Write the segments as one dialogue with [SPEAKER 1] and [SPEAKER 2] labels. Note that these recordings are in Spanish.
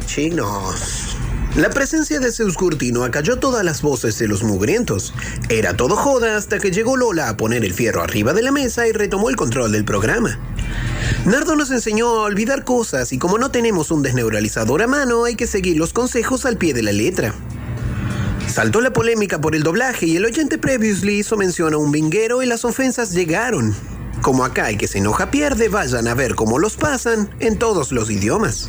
[SPEAKER 1] cochinos. La presencia de Zeus Curtino acalló todas las voces de los mugrientos. Era todo joda hasta que llegó Lola a poner el fierro arriba de la mesa y retomó el control del programa. Nardo nos enseñó a olvidar cosas y como no tenemos un desneuralizador a mano hay que seguir los consejos al pie de la letra. Saltó la polémica por el doblaje y el oyente previously hizo mención a un vinguero y las ofensas llegaron. Como acá el que se enoja pierde, vayan a ver cómo los pasan en todos los idiomas.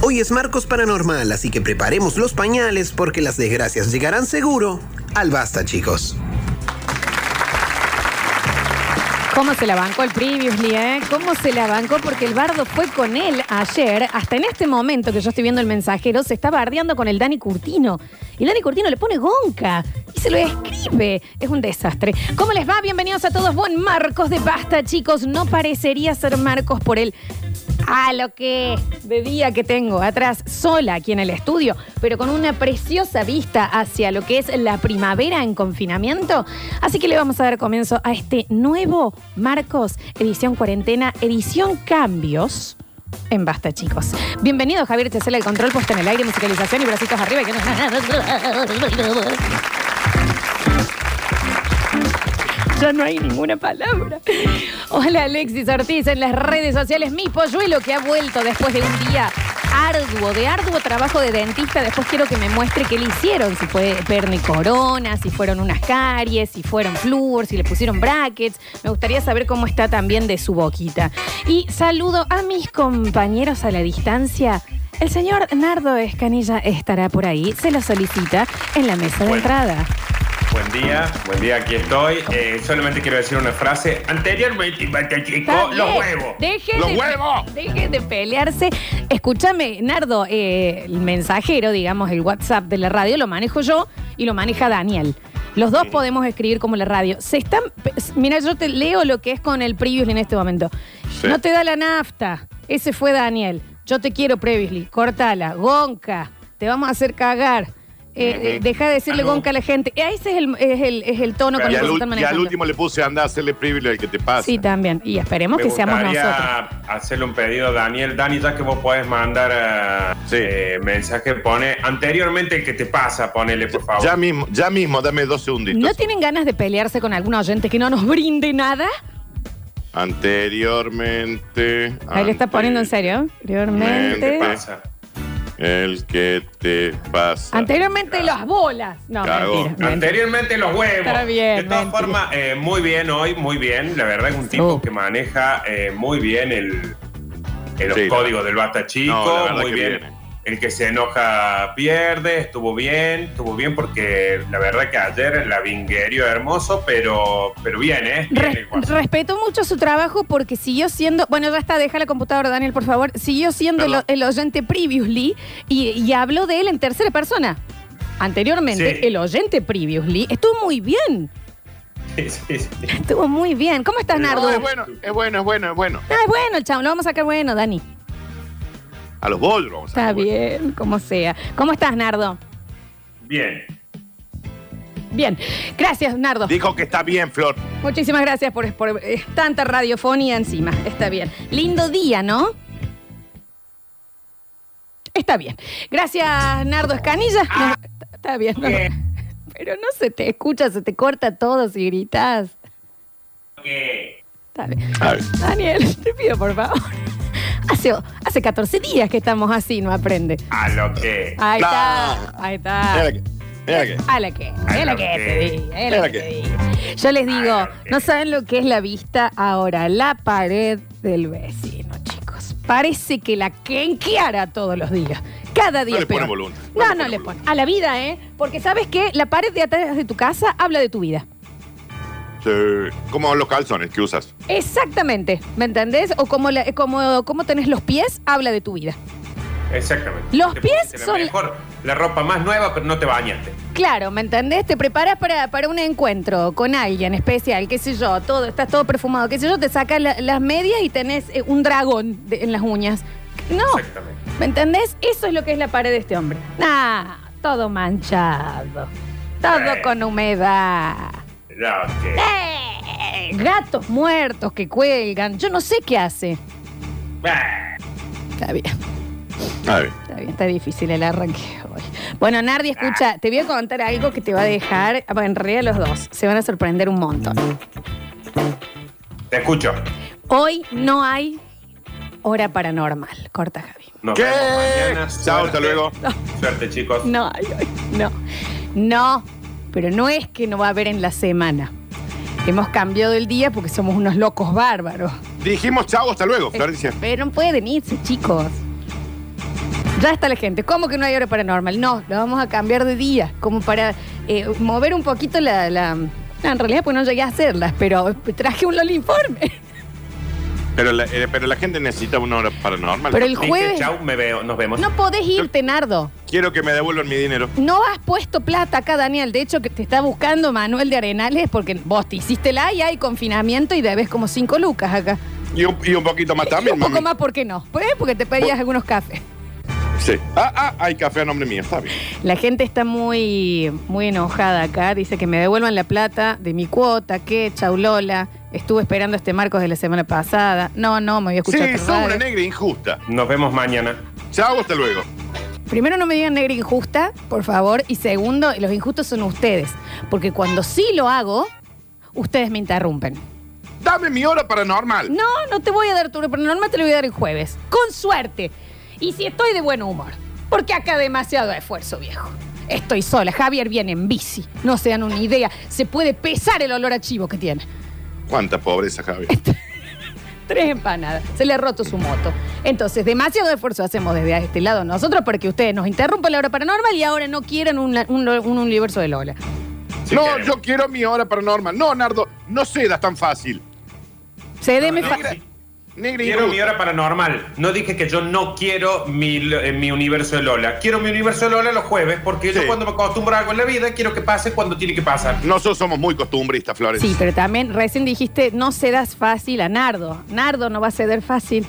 [SPEAKER 1] Hoy es Marcos Paranormal, así que preparemos los pañales porque las desgracias llegarán seguro al basta, chicos.
[SPEAKER 2] ¿Cómo se la bancó el Previously, eh? ¿Cómo se la bancó? Porque el bardo fue con él ayer, hasta en este momento que yo estoy viendo el mensajero, se está bardeando con el Dani Curtino. Y el Dani Curtino le pone gonca y se lo escribe. Es un desastre. ¿Cómo les va? Bienvenidos a todos. Buen Marcos de Basta, chicos. No parecería ser Marcos por él. A lo que bebía que tengo atrás, sola aquí en el estudio, pero con una preciosa vista hacia lo que es la primavera en confinamiento. Así que le vamos a dar comienzo a este nuevo Marcos, edición cuarentena, edición cambios. En basta, chicos. Bienvenido, Javier Chacela, el control puesto en el aire, musicalización y bracitos arriba. Que no... Ya no hay ninguna palabra. Hola Alexis Ortiz en las redes sociales. Mi polluelo que ha vuelto después de un día arduo, de arduo trabajo de dentista. Después quiero que me muestre qué le hicieron. Si fue perne corona, si fueron unas caries, si fueron flúor, si le pusieron brackets. Me gustaría saber cómo está también de su boquita. Y saludo a mis compañeros a la distancia. El señor Nardo Escanilla estará por ahí. Se lo solicita en la mesa de
[SPEAKER 3] Bueno.
[SPEAKER 2] entrada.
[SPEAKER 3] Buen día, buen día, aquí estoy. Eh, solamente quiero decir una frase. Anteriormente, Basta
[SPEAKER 2] Está
[SPEAKER 3] chico,
[SPEAKER 2] bien.
[SPEAKER 3] los huevos.
[SPEAKER 2] Deje
[SPEAKER 3] los
[SPEAKER 2] de,
[SPEAKER 3] huevos.
[SPEAKER 2] deje de pelearse. Escúchame, Nardo, eh, el mensajero, digamos, el WhatsApp de la radio, lo manejo yo y lo maneja Daniel. Los dos podemos escribir como la radio. Se están. pe- Mira, yo te leo lo que es con el previously en este momento.
[SPEAKER 3] Sí.
[SPEAKER 2] No te da la nafta. Ese fue Daniel. Yo te quiero previously. Cortala. Gonca. Te vamos a hacer cagar. Eh, eh,
[SPEAKER 3] Ujú.
[SPEAKER 2] deja de decirle
[SPEAKER 3] Algo.
[SPEAKER 2] gonca a la gente. Eh, Ese es el, es el, es el tono con
[SPEAKER 4] Y
[SPEAKER 2] el que
[SPEAKER 4] al,
[SPEAKER 2] se
[SPEAKER 4] ul-
[SPEAKER 2] están
[SPEAKER 4] y al
[SPEAKER 2] manejando.
[SPEAKER 4] último le puse anda a hacerle privilegio al que te pasa.
[SPEAKER 2] Sí, también. Y esperemos
[SPEAKER 3] Me
[SPEAKER 2] que seamos
[SPEAKER 3] gustaría
[SPEAKER 2] nosotros.
[SPEAKER 3] hacerle un pedido a Daniel. Dani, ya que vos podés mandar eh,
[SPEAKER 4] Sí.
[SPEAKER 3] eh, mensaje, pone anteriormente el que te pasa, ponele, por favor.
[SPEAKER 4] ya mismo, ya mismo, dame dos segunditos.
[SPEAKER 2] ¿No tienen ganas de pelearse con algún oyente que no nos brinde nada?
[SPEAKER 4] Anteriormente.
[SPEAKER 2] Ahí le está
[SPEAKER 4] ante-
[SPEAKER 2] poniendo en serio. Anteriormente.
[SPEAKER 4] Mente, pa-
[SPEAKER 3] pasa.
[SPEAKER 4] El que te pasa.
[SPEAKER 2] Anteriormente las bolas. No,
[SPEAKER 4] Cago.
[SPEAKER 2] mentira. mentira.
[SPEAKER 3] Anteriormente los huevos.
[SPEAKER 2] Está bien,
[SPEAKER 3] De todas
[SPEAKER 2] mentira.
[SPEAKER 3] formas, eh, muy bien hoy, muy bien. La verdad es un tipo
[SPEAKER 2] Oh.
[SPEAKER 3] que maneja eh, muy bien el, el- los
[SPEAKER 4] Sí.
[SPEAKER 3] códigos del Basta Chico.
[SPEAKER 4] No, la verdad
[SPEAKER 3] muy
[SPEAKER 4] que
[SPEAKER 3] bien.
[SPEAKER 4] viene.
[SPEAKER 3] El que se enoja pierde, estuvo bien, estuvo bien porque la verdad que ayer la vinguerio hermoso, pero, pero bien, ¿eh? Bien
[SPEAKER 2] Res-
[SPEAKER 3] el guaso.
[SPEAKER 2] respeto mucho su trabajo porque siguió siendo. Bueno, ya está, deja la computadora, Daniel, por favor. Siguió siendo el,
[SPEAKER 4] Perdón.
[SPEAKER 2] el oyente previously y, y habló de él en tercera persona. Anteriormente,
[SPEAKER 3] Sí.
[SPEAKER 2] el oyente previously estuvo muy bien.
[SPEAKER 3] Sí, sí, sí.
[SPEAKER 2] Estuvo muy bien. ¿Cómo estás,
[SPEAKER 4] No,
[SPEAKER 2] Nardo?
[SPEAKER 4] es bueno, es bueno, es bueno, es bueno.
[SPEAKER 2] Ah, es bueno el chavo, lo vamos a sacar bueno, Dani.
[SPEAKER 4] A los bolos vamos a
[SPEAKER 2] Está
[SPEAKER 4] hacer, bueno.
[SPEAKER 2] bien, como sea. ¿Cómo estás, Nardo?
[SPEAKER 3] Bien.
[SPEAKER 2] Bien, gracias, Nardo.
[SPEAKER 4] Dijo que está bien, Flor.
[SPEAKER 2] Muchísimas gracias por, por, eh, tanta radiofonía encima. Está bien. Lindo día, ¿no? Está bien. Gracias, Nardo Escanilla. No,
[SPEAKER 4] Ah.
[SPEAKER 2] está- está bien. no.
[SPEAKER 3] Bien.
[SPEAKER 2] Pero no se te escucha, se te corta todo si gritas.
[SPEAKER 3] ¿Qué?
[SPEAKER 2] Está bien.
[SPEAKER 4] A ver.
[SPEAKER 2] Daniel, te pido por favor. Hace, hace 14 días que estamos así, no aprende.
[SPEAKER 3] A lo que.
[SPEAKER 2] Ahí
[SPEAKER 4] No.
[SPEAKER 2] está, ahí está.
[SPEAKER 4] Mira que. Mira que.
[SPEAKER 2] A la que, a la que te di, a la
[SPEAKER 4] A la
[SPEAKER 2] que
[SPEAKER 4] que.
[SPEAKER 2] te di. Yo les digo,
[SPEAKER 3] A la que.
[SPEAKER 2] no saben lo que es la vista ahora, la pared del vecino, chicos. Parece que la quenqueara todos los días. Cada día
[SPEAKER 4] le
[SPEAKER 2] peor.
[SPEAKER 4] pone voluntad,
[SPEAKER 2] No, no
[SPEAKER 4] no le pone
[SPEAKER 2] le pone.
[SPEAKER 4] voluntad.
[SPEAKER 2] A la vida, ¿eh? Porque sabes que la pared de atrás de tu casa habla de tu vida.
[SPEAKER 4] Sí. Como los calzones que usas.
[SPEAKER 2] Exactamente, ¿me entendés? O como, la- como, como tenés los pies, habla de tu vida.
[SPEAKER 3] Exactamente.
[SPEAKER 2] Los
[SPEAKER 3] Te
[SPEAKER 2] pies
[SPEAKER 3] pusiste la
[SPEAKER 2] son-
[SPEAKER 3] Mejor, la ropa más nueva, pero no te bañaste.
[SPEAKER 2] Claro, ¿me entendés? Te preparas para, para un encuentro con alguien especial, qué sé yo, todo, estás todo perfumado, qué sé yo, te sacas la- las medias y tenés eh, un dragón de- en las uñas. No,
[SPEAKER 3] Exactamente.
[SPEAKER 2] ¿me entendés? Eso es lo que es la pared de este hombre. Nah, todo manchado, todo
[SPEAKER 3] Eh.
[SPEAKER 2] con humedad.
[SPEAKER 3] La que.
[SPEAKER 2] Eh, gatos muertos que cuelgan, yo no sé qué hace.
[SPEAKER 3] Bah.
[SPEAKER 2] Está bien,
[SPEAKER 4] A ver.
[SPEAKER 2] está bien, está difícil el arranque hoy. Bueno, Nardi, escucha, te voy a contar algo que te va a dejar. ah, En realidad, los dos se van a sorprender un montón.
[SPEAKER 3] Te escucho.
[SPEAKER 2] Hoy no hay hora paranormal. Corta, Javi.
[SPEAKER 3] Nos
[SPEAKER 4] ¿Qué?
[SPEAKER 3] vemos mañana.
[SPEAKER 4] Chao, hasta
[SPEAKER 3] Suerte.
[SPEAKER 4] luego.
[SPEAKER 3] Suerte, chicos.
[SPEAKER 2] No hay hoy. No. No. Pero no es que no va a haber en la semana. Hemos cambiado el día porque somos unos locos bárbaros.
[SPEAKER 4] Dijimos chao, hasta luego, Florencia.
[SPEAKER 2] Pero no pueden irse, chicos. Ya está la gente. ¿Cómo que no hay hora paranormal? No, lo vamos a cambiar de día, como para eh, mover un poquito la, la- no, en realidad, pues no llegué a hacerlas, pero traje un LOL informe.
[SPEAKER 4] Pero la, eh, pero la gente necesita una hora paranormal.
[SPEAKER 2] Pero el
[SPEAKER 3] Dije,
[SPEAKER 2] jueves.
[SPEAKER 3] Chau, me veo, nos vemos.
[SPEAKER 2] No podés irte, Nardo.
[SPEAKER 4] Quiero que me devuelvan mi dinero.
[SPEAKER 2] No has puesto plata acá, Daniel. De hecho, que te está buscando Manuel de Arenales porque vos te hiciste la y hay confinamiento y debes como cinco lucas acá.
[SPEAKER 4] Y un, y un poquito más
[SPEAKER 2] Y
[SPEAKER 4] también,
[SPEAKER 2] un poco
[SPEAKER 4] mami.
[SPEAKER 2] más, ¿por qué no? Pues porque te pedías
[SPEAKER 4] Bu-
[SPEAKER 2] algunos cafés.
[SPEAKER 4] Sí. Ah, ah, hay café a nombre mío, está bien.
[SPEAKER 2] La gente está muy, muy enojada acá. Dice que me devuelvan la plata de mi cuota, que chaulola. Estuve esperando este Marcos de la semana pasada. No, no, me voy a
[SPEAKER 4] Sí,
[SPEAKER 2] escuchar. por
[SPEAKER 4] son una
[SPEAKER 2] radio.
[SPEAKER 4] negra injusta.
[SPEAKER 3] Nos vemos mañana.
[SPEAKER 4] Chao, hasta luego.
[SPEAKER 2] Primero, no me digan negra injusta, por favor. Y segundo, los injustos son ustedes. Porque cuando sí lo hago, ustedes me interrumpen.
[SPEAKER 4] Dame mi hora paranormal.
[SPEAKER 2] No, no te voy a dar tu pero normal te lo voy a dar el jueves. Con suerte. Y si estoy de buen humor. Porque acá demasiado esfuerzo, viejo. Estoy sola. Javier viene en bici. No se dan una idea. Se puede pesar el olor a chivo que tiene.
[SPEAKER 4] Cuánta pobreza, Javi.
[SPEAKER 2] Tres empanadas. Se le ha roto su moto. Entonces, demasiado esfuerzo hacemos desde este lado nosotros para que ustedes nos interrumpan la hora paranormal y ahora no quieran una- un, un universo de Lola.
[SPEAKER 3] Sí
[SPEAKER 4] no,
[SPEAKER 3] queremos.
[SPEAKER 4] yo quiero mi hora paranormal. No, Nardo, no cedas tan fácil.
[SPEAKER 2] Cédeme
[SPEAKER 3] No,
[SPEAKER 2] fa-
[SPEAKER 3] sí.
[SPEAKER 4] Negra
[SPEAKER 3] Quiero mi
[SPEAKER 4] injusta.
[SPEAKER 3] hora paranormal. No dije que yo no quiero mi, eh, mi universo de Lola. Quiero mi universo de Lola los jueves porque
[SPEAKER 4] Sí.
[SPEAKER 3] yo cuando me acostumbro a algo en la vida quiero que pase cuando tiene que pasar.
[SPEAKER 4] Nosotros somos muy costumbristas, Flores.
[SPEAKER 2] Sí, pero también recién dijiste no cedas fácil a Nardo. Nardo no va a ceder fácil.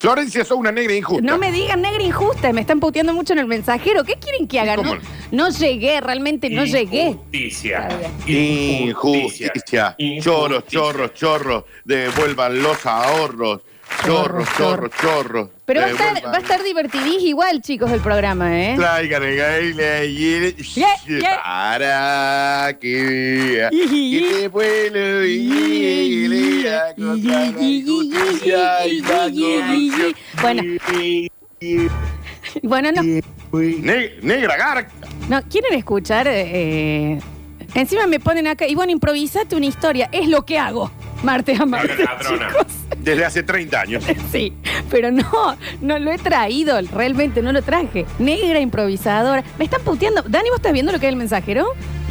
[SPEAKER 4] Florencia, sos una negra injusta.
[SPEAKER 2] No me digan negra injusta, me están puteando mucho en el mensajero. ¿Qué quieren que haga? No,
[SPEAKER 4] cómo
[SPEAKER 2] no llegué, realmente no llegué.
[SPEAKER 3] Injusticia.
[SPEAKER 2] Está bien.
[SPEAKER 4] Injusticia. Chorros, chorros, chorros. Devuelvan los ahorros. Chorros,
[SPEAKER 2] Chorros,
[SPEAKER 4] chorros, chorros.
[SPEAKER 2] Pero va a, estar,
[SPEAKER 4] Devuelvan-
[SPEAKER 2] va a estar divertidís igual, chicos, el programa, ¿eh?
[SPEAKER 4] Traigan el gaile y
[SPEAKER 2] Yeah, yeah.
[SPEAKER 4] para que vea
[SPEAKER 2] Iji.
[SPEAKER 4] que te vuelo y le da contra la injusticia y la corrupción.
[SPEAKER 2] Bueno, bueno, no.
[SPEAKER 4] Ne- Negra garca.
[SPEAKER 2] No, ¿quieren escuchar? Eh, encima me ponen acá, y bueno, improvisate una historia, es lo que hago, martes a martes,
[SPEAKER 3] ladrona.
[SPEAKER 2] chicos.
[SPEAKER 4] Desde hace 30 años.
[SPEAKER 2] Sí, pero no, no lo he traído, realmente no lo traje. Negra improvisadora, me están puteando. Dani, ¿vos estás viendo lo que es el mensajero?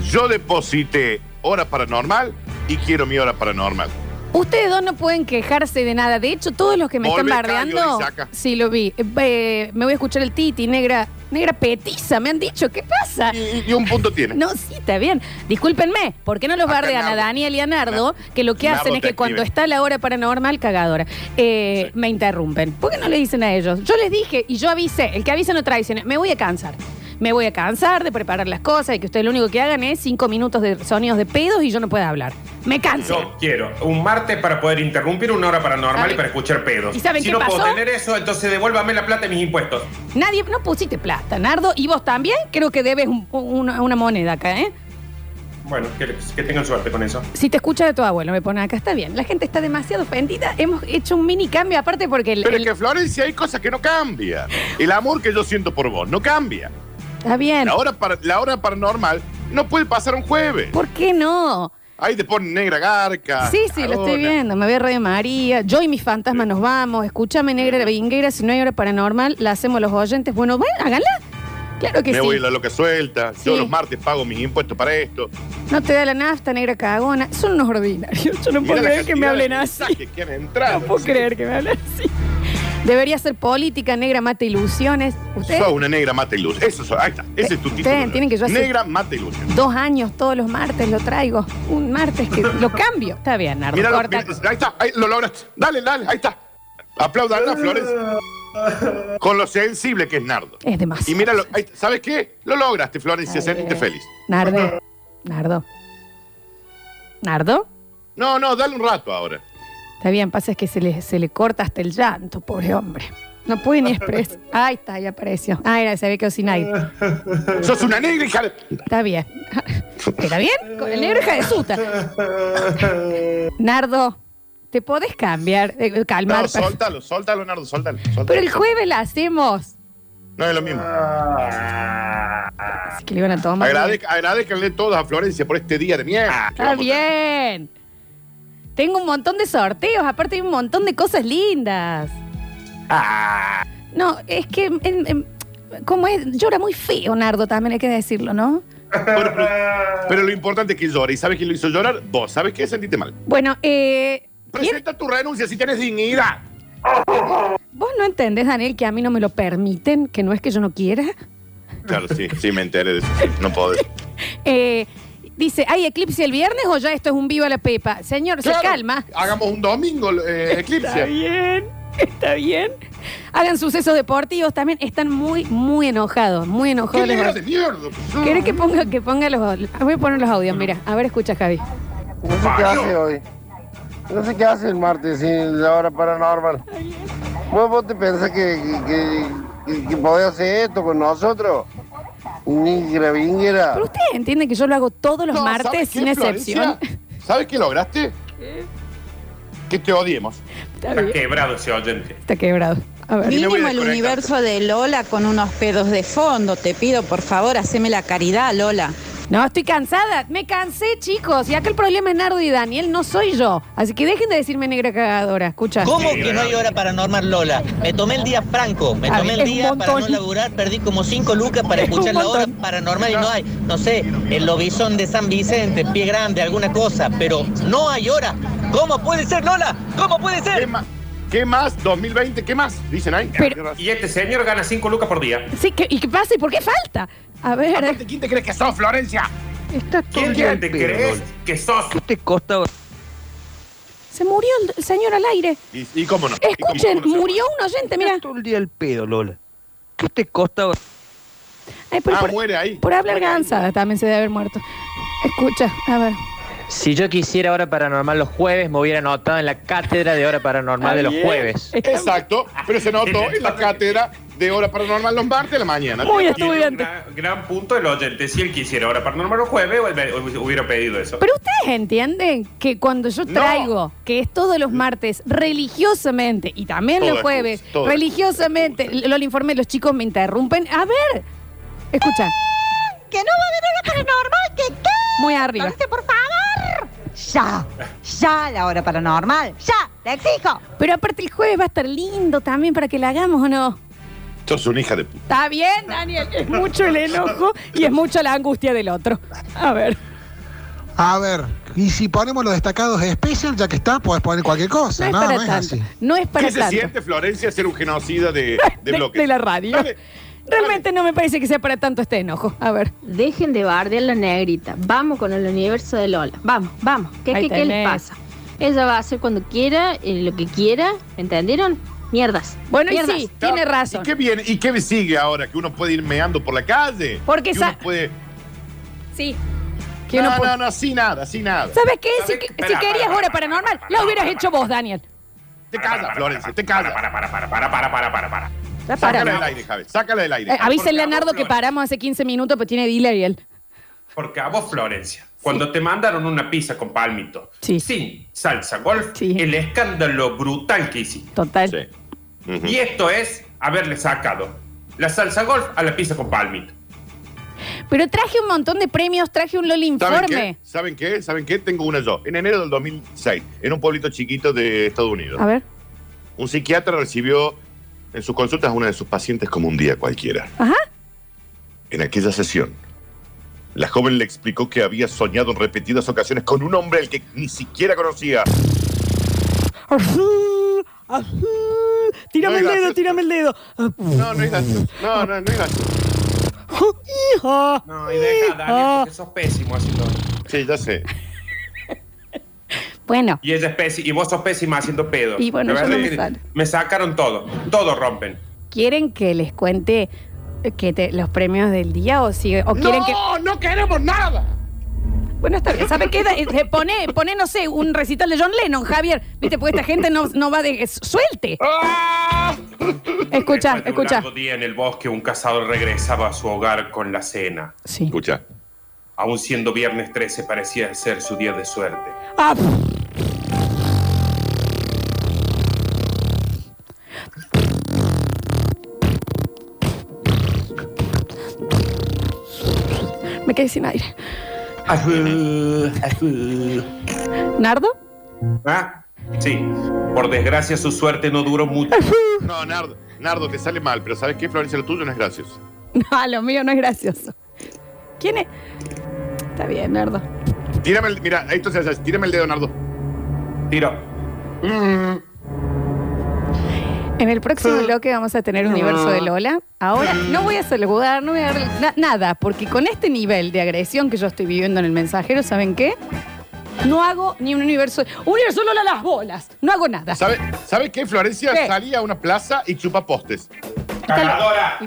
[SPEAKER 4] Yo deposité hora paranormal y quiero mi hora paranormal.
[SPEAKER 2] Ustedes dos no pueden quejarse de nada. De hecho, todos los que me
[SPEAKER 4] Volve,
[SPEAKER 2] están
[SPEAKER 4] Claudio,
[SPEAKER 2] bardeando.
[SPEAKER 4] dice acá.
[SPEAKER 2] Sí, lo vi. Eh, eh, me voy a escuchar el Titi, negra, negra petiza. Me han dicho, ¿qué pasa?
[SPEAKER 4] Y, y un punto tiene.
[SPEAKER 2] Ah. No, sí, está bien. Discúlpenme, ¿por qué no los
[SPEAKER 4] Acá
[SPEAKER 2] bardean a
[SPEAKER 4] Nardo.
[SPEAKER 2] Daniel y a Nardo? Que lo que
[SPEAKER 4] Nardo
[SPEAKER 2] hacen es que
[SPEAKER 4] detective.
[SPEAKER 2] cuando está la hora paranormal, cagadora, eh, me interrumpen. ¿Por qué no le dicen a ellos? Yo les dije y yo avisé, el que avisa no traiciona. Me voy a cansar. Me voy a cansar de preparar las cosas y que ustedes lo único que hagan es cinco minutos de sonidos de pedos y yo no pueda hablar. Me canso.
[SPEAKER 3] Yo quiero un martes para poder interrumpir una hora paranormal
[SPEAKER 2] ¿Saben?
[SPEAKER 3] y para escuchar pedos.
[SPEAKER 2] ¿Y saben
[SPEAKER 3] si
[SPEAKER 2] qué
[SPEAKER 3] no
[SPEAKER 2] pasó?
[SPEAKER 3] puedo tener eso, entonces devuélvame la plata y mis impuestos.
[SPEAKER 2] Nadie, no pusiste plata, Nardo, y vos también. Creo que debes un- una, una moneda acá, ¿eh?
[SPEAKER 3] Bueno, que, que tengan suerte con eso.
[SPEAKER 2] Si te escucha de tu abuelo, me pone acá, está bien. La gente está demasiado ofendida. Hemos hecho un mini cambio, aparte porque el-
[SPEAKER 4] Pero
[SPEAKER 2] el-
[SPEAKER 4] es que Florencia hay cosas que no cambian. El amor que yo siento por vos no cambia.
[SPEAKER 2] Está bien.
[SPEAKER 4] La hora, par- la hora paranormal no puede pasar un jueves.
[SPEAKER 2] ¿Por qué no?
[SPEAKER 4] Ahí te ponen negra garca.
[SPEAKER 2] sí, sí, lo estoy
[SPEAKER 4] cagona.
[SPEAKER 2] viendo. Me ve Radio María. Yo y mis fantasmas nos vamos. Escúchame, negra la vinguera. Si no hay hora paranormal, la hacemos los oyentes. Bueno, bueno, háganla. Claro que
[SPEAKER 4] Me
[SPEAKER 2] sí.
[SPEAKER 4] voy a la loca suelta.
[SPEAKER 2] Sí.
[SPEAKER 4] Yo los martes pago mis impuestos para esto.
[SPEAKER 2] No te da la nafta, negra cagona. Son unos ordinarios. Yo no
[SPEAKER 4] Mirá
[SPEAKER 2] puedo
[SPEAKER 4] la
[SPEAKER 2] creer que me
[SPEAKER 4] cantidad de
[SPEAKER 2] hablen así.
[SPEAKER 4] mensajes Que han entrado.
[SPEAKER 2] No puedo creer que me hablen así. Debería ser política, negra mata ilusiones. Ustedes,
[SPEAKER 4] Sos una negra mata y luz. Eso soy. Ahí está. Ese es tu título.
[SPEAKER 2] Ustedes tienen que yo hacer-
[SPEAKER 4] Negra mata y luz.
[SPEAKER 2] dos años todos los martes lo traigo. Un martes que lo cambio. Está bien, Nardo.
[SPEAKER 4] Mira,
[SPEAKER 2] corta.
[SPEAKER 4] ahí está, ahí lo logras. Dale, dale, ahí está. Aplaudan a Flores. Con lo sensible que es Nardo.
[SPEAKER 2] Es demasiado.
[SPEAKER 4] Y míralo, ahí, ¿sabes qué? Lo lograste, Florencia,
[SPEAKER 2] Está
[SPEAKER 4] sentiste
[SPEAKER 2] bien.
[SPEAKER 4] feliz.
[SPEAKER 2] Nardo. Nardo. Nardo.
[SPEAKER 4] No, no, dale un rato ahora.
[SPEAKER 2] Está bien, pasa es que se le, se le corta hasta el llanto, pobre hombre. No pude ni expresar. Ahí está, ya apareció. Ah, era, se había quedado sin aire.
[SPEAKER 4] Sos una negra, hija de...
[SPEAKER 2] Está bien. ¿Está bien? Con el negro hija de suta. Nardo, te podés cambiar, eh, calmar.
[SPEAKER 4] No, suéltalo, suéltalo, Nardo, suéltalo. suéltalo.
[SPEAKER 2] Pero el jueves la hacemos.
[SPEAKER 4] No es lo mismo.
[SPEAKER 2] Ah. Así que le iban a tomar.
[SPEAKER 4] Agrade- Agradezcanle todos a Florencia por este día de mierda.
[SPEAKER 2] Está bien. Tengo un montón de sorteos, aparte hay un montón de cosas lindas. No, es que em, em, como es, llora muy feo, Nardo, también hay que decirlo, ¿no?
[SPEAKER 4] Bueno, pero, pero lo importante es que llore. ¿Y sabes quién lo hizo llorar? Vos. ¿Sabes qué? Sentiste mal.
[SPEAKER 2] Bueno, eh, ¿quién-
[SPEAKER 4] Presenta tu renuncia si tienes dignidad.
[SPEAKER 2] vos no entendés, Daniel, que a mí no me lo permiten, que no es que yo no quiera.
[SPEAKER 4] Claro, sí, sí, me enteré de eso. No puedo decir.
[SPEAKER 2] Eh, dice, ¿hay eclipse el viernes o ya esto es un vivo a la pepa? Señor, se
[SPEAKER 4] Claro,
[SPEAKER 2] calma.
[SPEAKER 4] Hagamos un domingo eh,
[SPEAKER 2] Está
[SPEAKER 4] eclipse.
[SPEAKER 2] bien, está bien. Hagan sucesos deportivos también. Están muy, muy enojados, muy
[SPEAKER 4] ¡Qué
[SPEAKER 2] enojados. los-
[SPEAKER 4] negra de mierda!
[SPEAKER 2] ¿Querés que ponga, que ponga los Voy a poner los audios, mira. A ver, escucha, Javi.
[SPEAKER 5] No sé qué hace hoy. No sé qué hace el martes sin la hora paranormal. Pues ¿Vos, vos te pensás que, que, que- que podés hacer esto con nosotros? Ni gravinguera.
[SPEAKER 2] Pero ustedes entienden que yo lo hago todos los
[SPEAKER 4] No, ¿sabes
[SPEAKER 2] martes,
[SPEAKER 4] qué,
[SPEAKER 2] sin excepción.
[SPEAKER 4] Florencia? ¿Sabes qué lograste? Que te odiemos.
[SPEAKER 2] Está
[SPEAKER 3] Está
[SPEAKER 2] bien,
[SPEAKER 3] quebrado ese oyente.
[SPEAKER 2] está quebrado. A ver.
[SPEAKER 4] Y me voy
[SPEAKER 6] Mínimo el
[SPEAKER 4] desconectando.
[SPEAKER 6] universo de Lola con unos pedos de fondo. Te pido, por favor, haceme la caridad, Lola.
[SPEAKER 2] No, estoy cansada. Me cansé, chicos. Y acá el problema es Nardo y Daniel, no soy yo. Así que dejen de decirme negra cagadora. Escucha.
[SPEAKER 7] ¿Cómo que no hay hora paranormal, Lola? Me tomé el día franco, me
[SPEAKER 2] A
[SPEAKER 7] tomé
[SPEAKER 2] ver,
[SPEAKER 7] el
[SPEAKER 2] es un
[SPEAKER 7] día para no
[SPEAKER 2] montón.
[SPEAKER 7] laburar, perdí como 5 lucas para
[SPEAKER 2] Es un
[SPEAKER 7] escuchar la hora
[SPEAKER 2] montón.
[SPEAKER 7] paranormal y no hay, no sé, el lobizón de San Vicente, pie grande, alguna cosa, pero no hay hora. ¿Cómo puede ser, Lola? ¿Cómo puede
[SPEAKER 4] ¿Qué
[SPEAKER 7] ser?
[SPEAKER 4] más? ¿Qué más? ¿2020? ¿Qué más? Dicen ahí.
[SPEAKER 2] Pero-
[SPEAKER 3] Y este señor gana 5 lucas por día.
[SPEAKER 2] Sí, ¿qué- ¿y qué pasa? ¿Y por qué falta? A ver, eh,
[SPEAKER 4] Aparte, ¿quién te crees que sos, Florencia?
[SPEAKER 8] Estás todo
[SPEAKER 3] ¿Quién
[SPEAKER 8] el día al
[SPEAKER 3] te
[SPEAKER 8] pedo,
[SPEAKER 3] crees
[SPEAKER 8] Lola.
[SPEAKER 3] que sos?
[SPEAKER 8] ¿Qué te costaba?
[SPEAKER 2] se murió el- el señor al aire.
[SPEAKER 4] ¿Y, y cómo no? ¿Y cómo-
[SPEAKER 2] Escuchen,
[SPEAKER 4] cómo no se
[SPEAKER 2] murió un oyente, mira.
[SPEAKER 8] Estás todo el día al pedo, Lola. ¿Qué te costaba?
[SPEAKER 2] Ay, pero
[SPEAKER 4] Ah,
[SPEAKER 2] por,
[SPEAKER 4] muere ahí.
[SPEAKER 2] por hablar cansada también se debe haber muerto. Escucha, a ver.
[SPEAKER 9] Si yo quisiera Hora Paranormal los jueves, me hubiera anotado en la cátedra de Hora Paranormal de los jueves.
[SPEAKER 4] Exacto, pero se notó en la cátedra de hora paranormal los martes de la mañana.
[SPEAKER 2] Muy
[SPEAKER 4] Tiene-
[SPEAKER 3] Tiene un
[SPEAKER 2] estudiante.
[SPEAKER 3] gran, gran punto el oyente. Si él quisiera ahora para número jueves, hubiera- hubiera pedido eso.
[SPEAKER 2] Pero ustedes entienden que cuando yo
[SPEAKER 4] No.
[SPEAKER 2] traigo, que es todos los martes, religiosamente, y también
[SPEAKER 4] Todo
[SPEAKER 2] los jueves,
[SPEAKER 4] excusa, todo
[SPEAKER 2] religiosamente, lo lo informe, los chicos me interrumpen. A ver, escucha,
[SPEAKER 10] Que no va a haber hora paranormal, que qué.
[SPEAKER 2] muy arriba.
[SPEAKER 10] Florencia, por favor. Ya, ya la hora paranormal, ya, te exijo.
[SPEAKER 2] Pero aparte el jueves va a estar lindo también para que la hagamos o no.
[SPEAKER 4] Sos una hija de puta.
[SPEAKER 2] Está bien, Daniel, es mucho el enojo y es mucho la angustia del otro. A ver.
[SPEAKER 11] A ver, y si ponemos los destacados especial, ya que está, puedes poner cualquier
[SPEAKER 2] No
[SPEAKER 11] cosa.
[SPEAKER 2] es
[SPEAKER 11] No, no,
[SPEAKER 2] para
[SPEAKER 11] es
[SPEAKER 2] tanto.
[SPEAKER 11] así.
[SPEAKER 2] No es para
[SPEAKER 4] ¿Qué se
[SPEAKER 2] tanto.
[SPEAKER 4] siente Florencia ser un genocida de, de
[SPEAKER 2] de,
[SPEAKER 4] bloques?
[SPEAKER 2] de la radio.
[SPEAKER 4] Dale,
[SPEAKER 2] Realmente no me parece que sea para tanto este enojo. A ver.
[SPEAKER 12] Dejen de bardear la negrita. Vamos con el universo de Lola. Vamos, vamos. ¿Qué,
[SPEAKER 2] Ahí
[SPEAKER 12] qué, qué
[SPEAKER 2] tenés.
[SPEAKER 12] les pasa? Ella va a hacer cuando quiera, eh, lo que quiera. ¿Entendieron? Mierdas.
[SPEAKER 2] Bueno, y
[SPEAKER 12] Mierdas.
[SPEAKER 2] sí, tiene razón.
[SPEAKER 4] ¿Y qué, viene, ¿Y qué sigue ahora? ¿Que uno puede ir meando por la calle?
[SPEAKER 2] Porque
[SPEAKER 4] ¿Que uno
[SPEAKER 2] sa-
[SPEAKER 4] puede...
[SPEAKER 2] Sí. Que uno
[SPEAKER 4] No,
[SPEAKER 2] po-
[SPEAKER 4] no, no, así nada, así nada.
[SPEAKER 2] ¿Sabes qué?
[SPEAKER 3] ¿Sabes
[SPEAKER 2] Si,
[SPEAKER 3] qué?
[SPEAKER 2] si
[SPEAKER 3] Pará,
[SPEAKER 2] querías
[SPEAKER 3] pará,
[SPEAKER 2] hora
[SPEAKER 3] pará,
[SPEAKER 2] paranormal,
[SPEAKER 3] pará,
[SPEAKER 2] la
[SPEAKER 3] pará,
[SPEAKER 2] hubieras
[SPEAKER 3] pará,
[SPEAKER 2] hecho vos, Daniel.
[SPEAKER 4] Te callas, Florencia, te callas.
[SPEAKER 3] Para, para, para, para, para, para, para, para.
[SPEAKER 2] Ya
[SPEAKER 4] Sácala del
[SPEAKER 2] para.
[SPEAKER 4] aire, Javi, sácala del aire.
[SPEAKER 2] Eh, avísenle a
[SPEAKER 3] Porque
[SPEAKER 2] Nardo
[SPEAKER 3] vamos,
[SPEAKER 2] que
[SPEAKER 3] Flor.
[SPEAKER 2] paramos hace 15 minutos, pues tiene delay él.
[SPEAKER 3] Porque a vos, Florencia, cuando te mandaron una pizza con palmito,
[SPEAKER 2] Sí.
[SPEAKER 3] sin salsa golf,
[SPEAKER 2] Sí.
[SPEAKER 3] el escándalo brutal que hiciste.
[SPEAKER 2] Total.
[SPEAKER 4] Sí. Ujú.
[SPEAKER 3] Y esto es haberle sacado la salsa golf a la pizza con palmito.
[SPEAKER 2] Pero traje un montón de premios, traje un Loli
[SPEAKER 4] ¿Saben
[SPEAKER 2] informe.
[SPEAKER 4] qué? ¿Saben qué? ¿Saben qué? Tengo una yo. En enero del 2006, en un pueblito chiquito de Estados Unidos,
[SPEAKER 2] A ver.
[SPEAKER 4] un psiquiatra recibió en sus consultas a una de sus pacientes como un día cualquiera.
[SPEAKER 2] Ajá.
[SPEAKER 4] En aquella sesión, la joven le explicó que había soñado en repetidas ocasiones con un hombre al que ni siquiera conocía.
[SPEAKER 2] Tírame
[SPEAKER 4] No
[SPEAKER 2] el
[SPEAKER 4] es
[SPEAKER 2] dedo,
[SPEAKER 4] gracioso.
[SPEAKER 2] tírame el dedo.
[SPEAKER 4] No, no es gracioso. No, no, no es gracioso.
[SPEAKER 2] Hija.
[SPEAKER 3] No, y deja, Daniel,
[SPEAKER 2] Ah.
[SPEAKER 3] porque sos pésimo haciendo.
[SPEAKER 4] Sí, ya sé.
[SPEAKER 2] Bueno,
[SPEAKER 3] Y ella es pési- y vos sos pésima haciendo pedo.
[SPEAKER 2] Y bueno,
[SPEAKER 3] La
[SPEAKER 2] yo
[SPEAKER 3] verdad
[SPEAKER 2] no me
[SPEAKER 3] que
[SPEAKER 2] sale.
[SPEAKER 3] me sacaron todo. Todo rompen.
[SPEAKER 2] ¿quieren que les cuente eh, que te- los premios del día o, si, o quieren
[SPEAKER 4] ¡No!
[SPEAKER 2] que...
[SPEAKER 4] ¡No queremos nada!
[SPEAKER 2] Bueno, está bien. ¿Sabe qué? Da- eh, se Pone, pone, no sé, un recital de John Lennon, Javier. Viste, porque esta gente no, no va de. es- Suelte.
[SPEAKER 4] ¡Ah!
[SPEAKER 2] Escucha,
[SPEAKER 3] Después de
[SPEAKER 2] escucha.
[SPEAKER 3] Un largo día en el bosque, un cazador regresaba a su hogar con la cena.
[SPEAKER 2] Sí.
[SPEAKER 4] Escucha.
[SPEAKER 3] Aún siendo viernes 13, parecía ser su día de suerte.
[SPEAKER 2] Ah, pff. Me quedé sin aire. ¿Nardo?
[SPEAKER 3] ¿Ah? Sí. Por desgracia, su suerte no duró mucho.
[SPEAKER 4] No, Nardo, Nardo, te sale mal, pero ¿sabes qué, Florencia? Lo tuyo no es gracioso.
[SPEAKER 2] No, lo mío no es gracioso. ¿Quién es? Está bien, Nardo.
[SPEAKER 4] Tírame el, mira, ahí tú se hace, tírame el dedo, Nardo.
[SPEAKER 3] Tiro.
[SPEAKER 2] En el próximo
[SPEAKER 4] Ah.
[SPEAKER 2] bloque vamos a tener Universo de Lola. Ahora no voy a saludar, no voy a dar na- nada, porque con este nivel de agresión que yo estoy viviendo en el mensajero, ¿saben qué? No hago ni un universo. Universo Lola las bolas. No hago nada.
[SPEAKER 4] ¿Sabes sabe qué, Florencia?
[SPEAKER 2] ¿Qué?
[SPEAKER 4] Salí a una plaza y chupa postes.
[SPEAKER 2] Y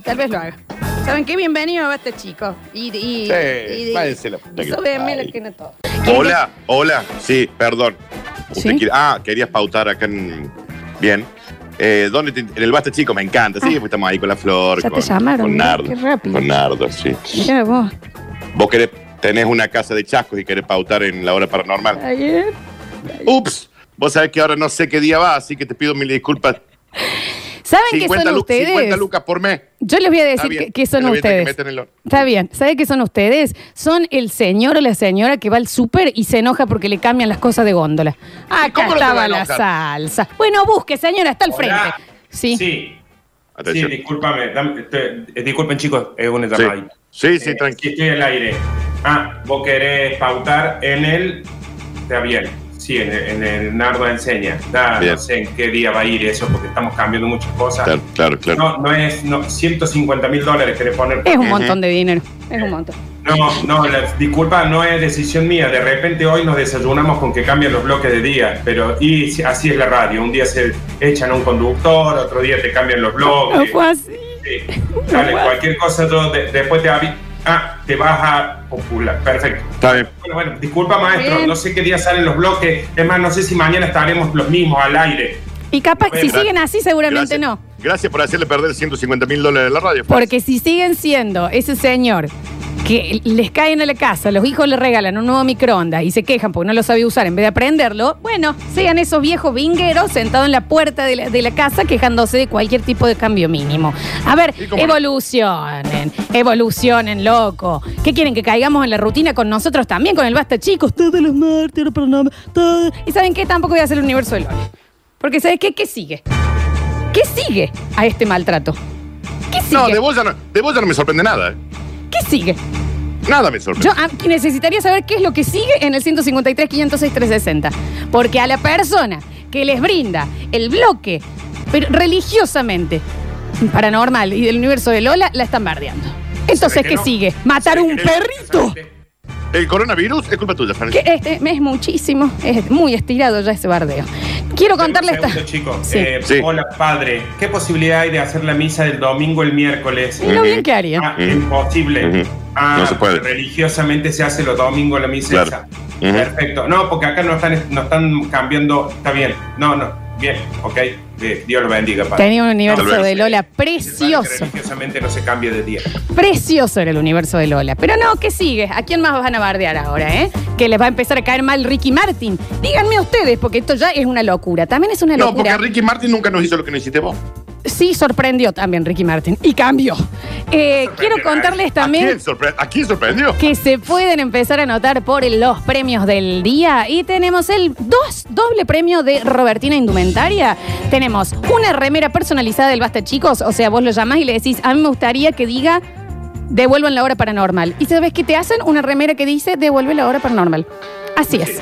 [SPEAKER 2] tal vez lo haga. ¿Saben qué? Bienvenido a este chico. Y, y,
[SPEAKER 4] Sí,
[SPEAKER 2] y- y-
[SPEAKER 4] váyanse la puta que lo
[SPEAKER 2] Sóbeme
[SPEAKER 4] parió.
[SPEAKER 2] la que no todo.
[SPEAKER 4] Hola, hola. Sí, perdón. Usted
[SPEAKER 2] ¿Sí?
[SPEAKER 4] quiere- ah, querías pautar acá en. Bien. Eh, ¿dónde te- en el Basta Chico, me encanta. Sí, pues estamos ahí con la flor.
[SPEAKER 2] Ah. Ya
[SPEAKER 4] con,
[SPEAKER 2] te llamaron.
[SPEAKER 4] Con
[SPEAKER 2] mira,
[SPEAKER 4] Nardo.
[SPEAKER 2] Qué rápido.
[SPEAKER 4] Con Nardo, sí.
[SPEAKER 2] Mira vos.
[SPEAKER 4] Vos querés, tenés una casa de chascos y querés pautar en la hora paranormal.
[SPEAKER 2] Ayer.
[SPEAKER 4] Ups, vos sabés que ahora no sé qué día va, así que te pido mil disculpas.
[SPEAKER 2] ¿Saben qué son
[SPEAKER 4] 50 lu-
[SPEAKER 2] ustedes?
[SPEAKER 4] 50 lucas por mes.
[SPEAKER 2] Yo les voy a
[SPEAKER 4] Está
[SPEAKER 2] decir
[SPEAKER 4] bien,
[SPEAKER 2] que, que
[SPEAKER 4] te
[SPEAKER 2] son
[SPEAKER 4] lo voy a tener que
[SPEAKER 2] ustedes.
[SPEAKER 4] meter en el horno.
[SPEAKER 2] Está bien. ¿Sabe qué son ustedes? Son el señor o la señora que va al súper y se enoja porque le cambian las cosas de góndola. Acá
[SPEAKER 13] cómo no te va
[SPEAKER 2] estaba
[SPEAKER 13] a
[SPEAKER 2] la
[SPEAKER 13] enojar?
[SPEAKER 2] salsa. Bueno, busque, señora, está al frente. Sí.
[SPEAKER 3] Sí, discúlpame. dame- te- eh, disculpen, chicos, es una llamada.
[SPEAKER 4] Sí, sí,
[SPEAKER 3] tranquilo. Eh, Estoy al aire. Ah, vos querés pautar en el. Está bien. Sí, en el, en el Nardo enseña. Da,
[SPEAKER 4] Bien.
[SPEAKER 3] no sé en qué día va a ir eso porque estamos cambiando muchas cosas.
[SPEAKER 4] Claro, claro, claro.
[SPEAKER 3] No, no es. No, 150 mil dólares querés poner.
[SPEAKER 2] Es un montón de dinero. Es un montón.
[SPEAKER 3] No, no, la- disculpa, no es decisión mía. De repente hoy nos desayunamos con que cambian los bloques de día, pero y si- así es la radio. Un día se echan a un conductor, otro día te cambian los
[SPEAKER 2] No
[SPEAKER 3] bloques.
[SPEAKER 2] fue así.
[SPEAKER 3] Sí. Dale, cualquier cosa yo de- después te avi- Ah, te vas a popular. Perfecto.
[SPEAKER 4] Está bien.
[SPEAKER 3] Bueno, bueno, disculpa maestro,
[SPEAKER 2] Bien.
[SPEAKER 3] no sé qué día salen los bloques. Es más, no sé si mañana estaremos los mismos al aire.
[SPEAKER 2] Y capaz,
[SPEAKER 4] Bueno,
[SPEAKER 2] si
[SPEAKER 4] gracias.
[SPEAKER 2] siguen así, seguramente no.
[SPEAKER 4] Gracias por hacerle perder 150 mil dólares a la radio.
[SPEAKER 2] Porque si siguen siendo ese señor que les caen a la casa, los hijos le regalan un nuevo microondas y se quejan porque no lo sabía usar en vez de aprenderlo, bueno, sean esos viejos vingueros sentados en la puerta de la, de la casa quejándose de cualquier tipo de cambio mínimo. A ver, evolucionen, evolucionen, loco. ¿Qué quieren que caigamos en la rutina con nosotros también, con el basta, chicos? Todos los martes, pero no, todo. ¿Y saben qué? Tampoco voy a hacer el universo de LOL. Porque ¿sabes qué? ¿Qué sigue? ¿Qué sigue a este maltrato?
[SPEAKER 4] No, de vos ya no, de vos ya no me sorprende nada. eh.
[SPEAKER 2] ¿Qué sigue?
[SPEAKER 4] Nada me sorprende.
[SPEAKER 2] Yo ah, que necesitaría saber qué es lo que sigue en el 153, 506, 360. Porque a la persona que les brinda el bloque, pero religiosamente, paranormal y del universo de Lola, la están bardeando. Entonces,
[SPEAKER 4] que
[SPEAKER 2] ¿qué
[SPEAKER 4] no?
[SPEAKER 2] sigue? ¿Matar un perrito?
[SPEAKER 4] El coronavirus es culpa tuya,
[SPEAKER 2] Que
[SPEAKER 4] Florencia.
[SPEAKER 2] este es muchísimo, es muy estirado ya ese bardeo. Quiero contarles esta.
[SPEAKER 3] Segundo, chicos.
[SPEAKER 2] Sí.
[SPEAKER 3] Eh, Hola, padre. ¿Qué posibilidad hay de hacer la misa del domingo el miércoles?
[SPEAKER 2] Y lo bien que harían.
[SPEAKER 3] Ah, imposible. Ah,
[SPEAKER 4] No se puede.
[SPEAKER 3] porque Religiosamente se hace los domingos la misa
[SPEAKER 4] Claro.
[SPEAKER 3] esa.
[SPEAKER 4] Ujú.
[SPEAKER 3] Perfecto. No, porque acá no están, no están cambiando. Está bien. No, no. Bien, ok. Eh, Dios lo bendiga, padre.
[SPEAKER 2] Tenía un universo
[SPEAKER 3] Tal vez
[SPEAKER 2] de Lola precioso.
[SPEAKER 3] Religiosamente no se cambia de día.
[SPEAKER 2] Precioso era el universo de Lola. Pero no, ¿qué sigue? ¿A quién más van a bardear ahora, eh? Que les va a empezar a caer mal Ricky Martin. Díganme ustedes, porque esto ya es una locura. También es una
[SPEAKER 4] No, porque
[SPEAKER 2] locura.
[SPEAKER 4] Ricky Martin nunca nos hizo lo que nos hiciste vos.
[SPEAKER 2] Sí, sorprendió también Ricky Martin. Y cambió. Eh, quiero contarles
[SPEAKER 4] ¿A
[SPEAKER 2] también
[SPEAKER 4] quién, sorpre- a quién sorprendió?
[SPEAKER 2] que se pueden empezar a anotar por los premios del día. Y tenemos el dos, doble premio de Robertina Indumentaria. Tenemos una remera personalizada del Basta Chicos. O sea, vos lo llamás y le decís, a mí me gustaría que diga, devuelvan la hora paranormal. Y sabes que te hacen una remera que dice, devuelve la hora paranormal. Así es.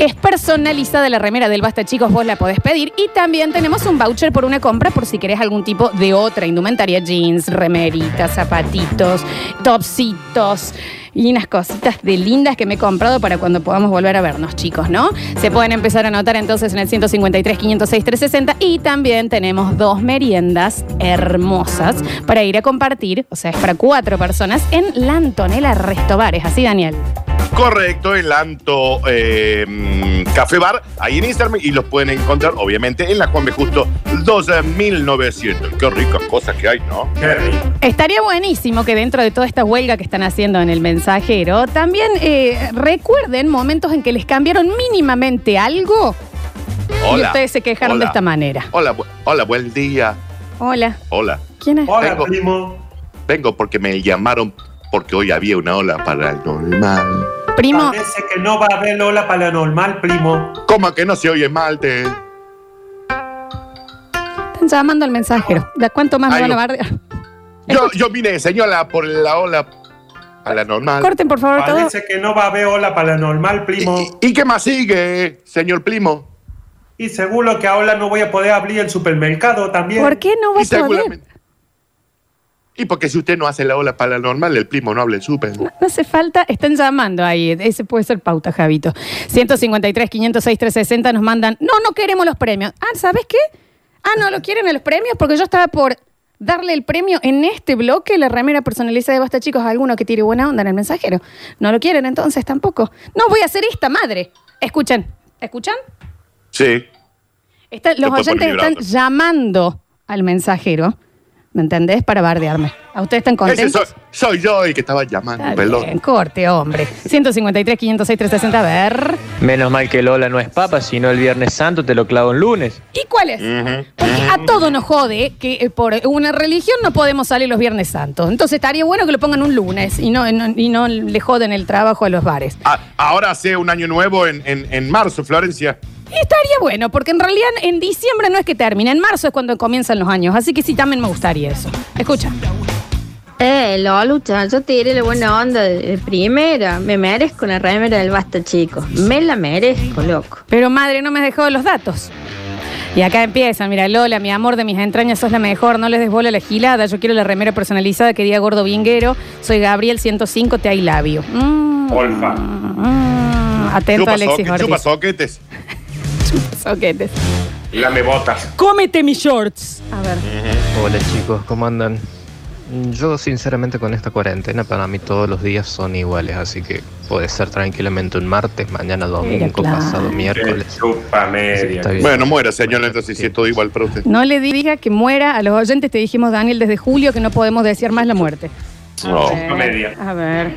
[SPEAKER 2] Es personalizada la remera del Basta Chicos, vos la podés pedir. Y también tenemos un voucher por una compra por si querés algún tipo de otra indumentaria. Jeans, remeritas, zapatitos, topsitos y unas cositas de lindas que me he comprado para cuando podamos volver a vernos, chicos, ¿no? Se pueden empezar a anotar entonces en el 153, 506, 360. Y también tenemos dos meriendas hermosas para ir a compartir, o sea, es para cuatro personas en la Antonella Restobar. ¿Es así, Daniel?
[SPEAKER 4] Correcto, el Anto eh, mm, Café Bar, ahí en Instagram, y los pueden encontrar, obviamente, en la Juan B. Justo 2900. Qué ricas cosas que hay, ¿no?
[SPEAKER 3] Qué rico.
[SPEAKER 2] Estaría buenísimo que dentro de toda esta huelga que están haciendo en el mensajero, también eh, recuerden momentos en que les cambiaron mínimamente algo y
[SPEAKER 4] Hola.
[SPEAKER 2] ustedes se quejaron
[SPEAKER 4] Hola.
[SPEAKER 2] de esta manera.
[SPEAKER 4] Hola, bu- hola, buen día.
[SPEAKER 2] Hola.
[SPEAKER 4] Hola.
[SPEAKER 2] ¿Quién es?
[SPEAKER 4] Hola, primo. Vengo porque me llamaron porque hoy había una ola paranormal.
[SPEAKER 2] Primo.
[SPEAKER 13] Parece que no va a haber ola paranormal, primo.
[SPEAKER 4] ¿Cómo que no se oye malte?
[SPEAKER 2] Están llamando al mensajero. ¿De cuánto más me
[SPEAKER 4] Ay,
[SPEAKER 2] van a
[SPEAKER 4] no.
[SPEAKER 2] bardear?
[SPEAKER 4] Yo, yo vine, señora, por la ola paranormal.
[SPEAKER 2] Corten, por favor, todo.
[SPEAKER 13] Parece que no va a haber ola paranormal, primo.
[SPEAKER 4] ¿Y, qué más sigue, señor primo?
[SPEAKER 13] Y seguro que ahora no voy a poder abrir el supermercado también.
[SPEAKER 2] ¿Por qué no vas a poder?
[SPEAKER 4] Y porque si usted no hace la ola paranormal, el primo no habla el súper.
[SPEAKER 2] No hace falta, están llamando ahí. Ese puede ser pauta, Javito. 153, 506, 360 nos mandan. No, no queremos los premios. Ah, ¿sabes qué? Ah, no lo quieren a los premios porque yo estaba por darle el premio en este bloque, la remera personalizada de Basta Chicos, a alguno que tire buena onda en el mensajero. No lo quieren entonces tampoco. No voy a hacer esta madre. Escuchen, ¿escuchan?
[SPEAKER 4] Sí.
[SPEAKER 2] Está-
[SPEAKER 4] Lo
[SPEAKER 2] los
[SPEAKER 4] puedo
[SPEAKER 2] oyentes
[SPEAKER 4] poner
[SPEAKER 2] están llamando al mensajero, ¿me entendés? Para bardearme. ¿A ustedes están
[SPEAKER 4] Ese
[SPEAKER 2] contentos?
[SPEAKER 4] soy, soy yo el que estaba llamando,
[SPEAKER 2] Está
[SPEAKER 4] Ah, perdón.
[SPEAKER 2] bien, corte, hombre. 153, 506, 360, a ver.
[SPEAKER 9] Menos mal que Lola no es papa, sino el Viernes Santo te lo clavo en lunes.
[SPEAKER 2] ¿Y cuál es? Porque a todo nos jode que eh, por una religión no podemos salir los Viernes Santos. Entonces estaría bueno que lo pongan un lunes y no, no- y no le joden el trabajo a los bares.
[SPEAKER 4] Ah, ahora hace un año nuevo en, en- en marzo, Florencia.
[SPEAKER 2] Y estaría bueno, porque en realidad en diciembre no es que termina, en marzo es cuando comienzan los años. Así que sí, también me gustaría eso. Escucha.
[SPEAKER 12] Eh, Lolucha, yo te diré la buena onda de, de primera. Me merezco la remera del basta, chicos. Me la merezco, loco.
[SPEAKER 2] Pero madre, no me has dejado los datos. Y acá empiezan, mira, Lola, mi amor de mis entrañas, sos la mejor, no les des bola a la gilada, yo quiero la remera personalizada que diga gordo vinguero, soy Gabriel 105, te hay labio. Mm,
[SPEAKER 3] Olfa.
[SPEAKER 2] mm, atento a
[SPEAKER 4] Chupa
[SPEAKER 2] Alexis
[SPEAKER 4] soque- chupa
[SPEAKER 2] Ortiz.
[SPEAKER 4] soquetes.
[SPEAKER 2] Soquetes.
[SPEAKER 3] Lame botas.
[SPEAKER 2] Cómete mis shorts. A ver.
[SPEAKER 14] Hola chicos, ¿cómo andan? Yo sinceramente con esta cuarentena para mí todos los días son iguales, así que puede ser tranquilamente un martes, mañana domingo,
[SPEAKER 2] claro.
[SPEAKER 14] pasado miércoles.
[SPEAKER 3] Eh, Chupa media.
[SPEAKER 14] Está bien.
[SPEAKER 4] Bueno, muera, señor, entonces si es todo igual para usted.
[SPEAKER 2] No le diga que muera a los oyentes, te dijimos, Daniel, desde julio que no podemos desear más la muerte.
[SPEAKER 4] No.
[SPEAKER 2] A ver.